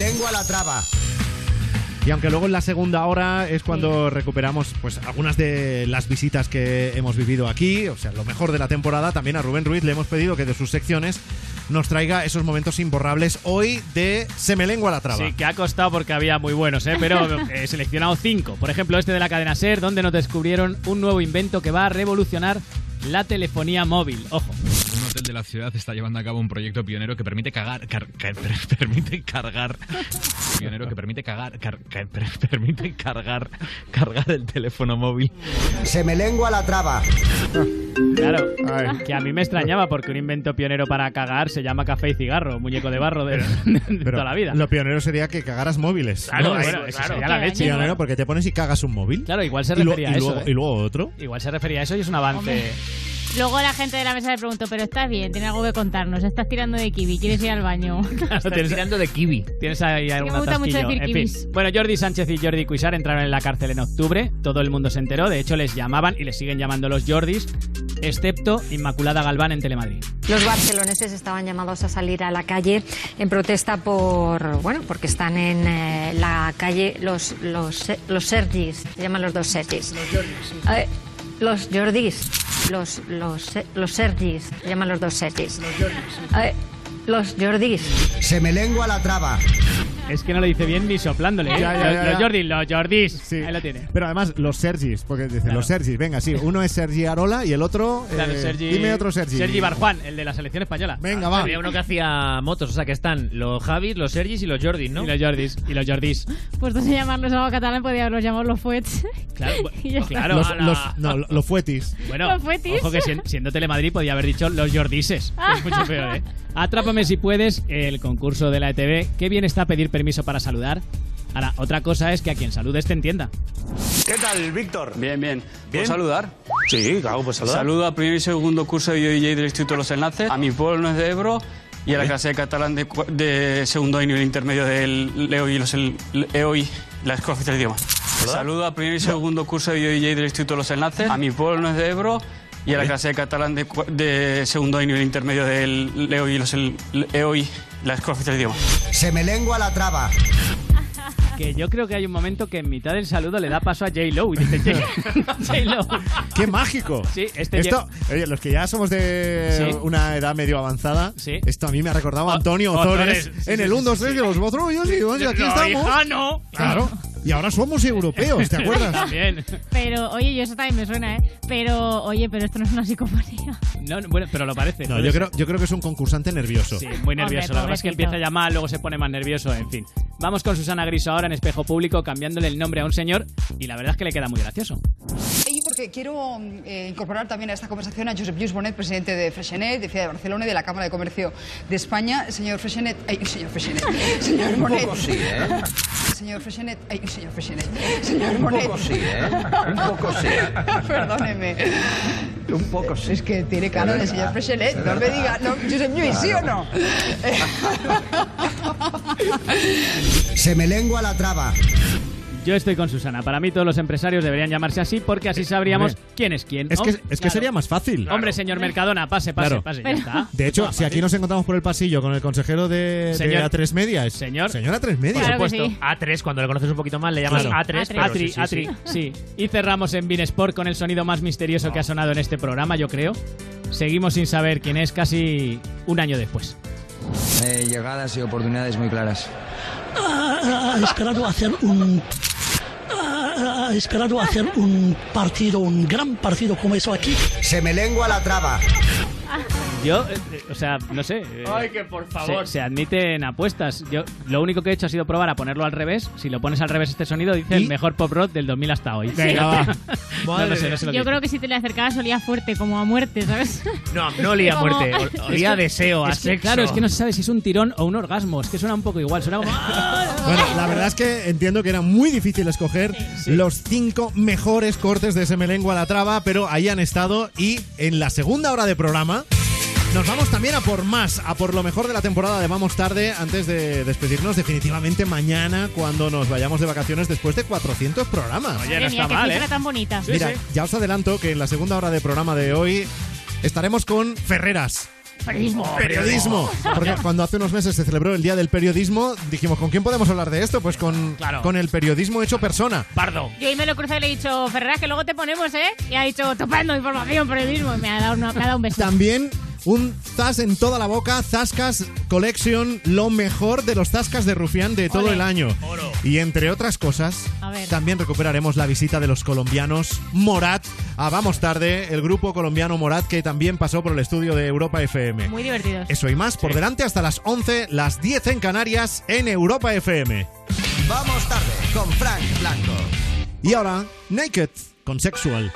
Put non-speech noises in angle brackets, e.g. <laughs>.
lengua la traba. Y aunque luego en la segunda hora es cuando recuperamos pues algunas de las visitas que hemos vivido aquí, o sea, lo mejor de la temporada, también a Rubén Ruiz le hemos pedido que de sus secciones nos traiga esos momentos imborrables hoy de Se me lengua la traba. Sí, que ha costado porque había muy buenos, ¿eh? pero he seleccionado cinco. Por ejemplo, este de la cadena Ser, donde nos descubrieron un nuevo invento que va a revolucionar la telefonía móvil. Ojo. Un hotel de la ciudad está llevando a cabo un proyecto pionero que permite cagar. car- car- <laughs> permite cargar. Pionero que permite cagar. car- car- <laughs> permite cargar. Cargar el teléfono móvil. Se me lengua la traba. Claro, que a mí me extrañaba porque un invento pionero para cagar se llama café y cigarro, muñeco de barro de, <laughs> de Pero toda la vida. Lo pionero sería que cagaras móviles. Claro, ¿no? bueno, Es- eso sería la Qué leche. pionero porque te pones y cagas un móvil. Claro, igual se Y lo- refería y a eso. luego- ¿eh? y luego otro. Igual se refería a eso y es un avance. Hombre. Luego la gente de la mesa le preguntó, pero estás bien, tiene algo que contarnos, estás tirando de kiwi, quieres ir al baño. <laughs> Estás Tienes- tirando de kiwi. Tienes ahí algún me gusta mucho atasquillo. decir En fin. kibis. Bueno, Jordi Sánchez y Jordi Cuisar entraron en la cárcel en octubre. Todo el mundo se enteró. De hecho, les llamaban y les siguen llamando los Jordis, excepto Inmaculada Galván en Telemadrid. Los barceloneses estaban llamados a salir a la calle en protesta por, bueno, porque están en eh, la calle los, los, los Sergis, se llaman los dos Sergis. Eh, Los Jordis. Los, los, los Sergis, se llaman los dos Sergis. Eh, Los Jordis. Se me lengua la traba. Es que no lo dice bien ni soplándole. ¿eh? Ya, ya, ya, los, ya. los Jordis, los Jordis. Sí. Eh, Ahí lo tiene. Pero además, los Sergis, porque dicen Claro. los Sergis, venga, sí, uno es Sergi Arola y el otro. <laughs> Claro, eh, Sergi, Dime otro Sergi. Sergi Barjuan, el de la selección española. Ah, Venga, va. Había uno que hacía motos, o sea que están los Javis, los Sergis y los Jordis, ¿no? Y los Jordis. Y los Jordis. Pues no sé llamarlos algo catalán, podía haberlos llamado los fuets. <laughs> Claro, bu- Y ya está. claro. Los, ala. los- no, los fuetis. Bueno, Los fuetis. ojo que sien- siendo Telemadrid podía haber dicho los Jordises. Ah. que Es mucho peor, ¿eh? Atrápame si puedes, el concurso de la ETV. Qué bien está pedir permiso para saludar. Ahora, otra cosa es que a quien saludes te entienda. ¿Qué tal, Víctor? Bien, bien. ¿Puedo saludar? Sí, claro, pues saludar. Saludo al primer y segundo curso de DJ del Instituto de los Enlaces, a mi pueblo de Ebro y a la clase de catalán de, cua- de segundo y nivel intermedio del Leo y los el- Leo y la Escuela Oficial de Idiomas. Saludo al primer y segundo curso de DJ del Instituto de los Enlaces, a mi pueblo de Ebro y a la clase de catalán de, cua- de segundo y nivel intermedio del Leo y los el- Leo y la Escuela Oficial de Idiomas. Se me lengua la traba. Que yo creo que hay un momento que en mitad del saludo le da paso a J-Lo y dice <laughs> J-Lo. ¡Qué mágico! Sí, este esto, oye, los que ya somos de Sí. una edad medio avanzada, Sí. esto a mí me ha recordado a Antonio O- Ozores Ozores, sí, en sí, el sí, 1, 2, 3 de los vosotros. Yo sí, oye, aquí estamos. no! Claro. Y ahora somos europeos, ¿te <laughs> acuerdas? También. Pero, oye, yo eso también me suena, ¿eh? Pero, oye, pero esto no es una psicofonía. No, no, bueno, pero lo parece. No, yo creo, yo creo que es un concursante nervioso. Sí, muy nervioso. Hombre, La verdad es que pobrecito. empieza ya mal, luego se pone más nervioso, en fin. Vamos con Susana Griso ahora en Espejo Público, cambiándole el nombre a un señor y la verdad es que le queda muy gracioso. Y porque quiero mm, eh, incorporar también a esta conversación a Josep Lluís Bonet, presidente de Freixenet, de Ciudad de Barcelona y de la Cámara de Comercio de España. Señor Freixenet... Ay, <laughs> señor Freixenet. Señor Bonet. ¿eh? Señor Freixenet... Ay, señor Freixenet. Señor Bonet. ¿eh? Un poco sí. ¿eh? <laughs> Perdóneme. Un poco sí. Es que tiene cara de señor Freixenet. No me diga... No, Josep Lluís, ¿sí o <laughs> no? Se me lengua la traba. Yo estoy con Susana. Para mí todos los empresarios deberían llamarse así porque así sabríamos hombre. quién Eh, es quién. Es que, Hom- es que Claro. sería más fácil. Hombre, señor Mercadona, pase, pase, Claro. pase. Ya está. De hecho, si aquí nos encontramos por el pasillo con el consejero de, Señor. de A3 Media, es Señor. Señora A3 Media. Claro que supuesto. sí. A3, cuando le conoces un poquito más, le llamas Claro. A3. A3. pero Atri, sí, sí, Atri, sí. sí. Y cerramos en Sport con el sonido más misterioso que ha sonado en este programa, yo creo. Seguimos sin saber quién es casi un año después. Eh, llegadas y oportunidades muy claras. Ah, esperado hacer un Ah, esperado hacer un partido, un gran partido como eso aquí. Se me lengua la traba. Yo, eh, eh, o sea, no sé. eh, que por se, se admiten apuestas. Yo lo único que he hecho ha sido probar a ponerlo al revés. Si lo pones al revés este sonido, dice ¿Y? el mejor pop rock del 2000 hasta hoy. Venga, va. <laughs> No, no sé, no sé lo Yo que creo que si te le acercabas olía fuerte, como a muerte, ¿sabes? No, no olía a Como- muerte, ol- olía a deseo, a es que, sexo. Claro, es que no se sabe si es un tirón o un orgasmo. Es que suena un poco igual. Suena <laughs> como... Bueno, la verdad es que entiendo que era muy difícil escoger los cinco mejores cortes de Semelengua a la Traba, pero ahí han estado y en la segunda hora de programa nos vamos también a por más, a por lo mejor de la temporada de Vamos Tarde antes de despedirnos definitivamente mañana cuando nos vayamos de vacaciones después de 400 programas. Oye, Madre no mía, está qué mal, ¿eh? cifra tan bonita. Mira, ya os adelanto que en la segunda hora de programa de hoy estaremos con Ferreras. Oh, Periodismo. Periodismo. Porque cuando hace unos meses se celebró el Día del Periodismo, dijimos, ¿con quién podemos hablar de esto? Pues con, Claro. con el periodismo hecho persona. Pardo. Yo ahí me lo crucé y le he dicho, Ferreras, que luego te ponemos, ¿eh? Y ha dicho, topando información, periodismo. Y me ha dado, una- me ha dado un beso. También un zas en toda la boca, Zascas Collection, lo mejor de los Zascas de Rufián de todo Ole. el año. Y entre otras cosas, A ver. también recuperaremos la visita de los colombianos Morat a Vamos Tarde, el grupo colombiano Morat que también pasó por el estudio de Europa FM. Muy divertidos. Eso y más por delante hasta las 11, las 10 en Canarias, en Europa FM. Vamos tarde con Frank Blanco. Y ahora, Naked con Sexual.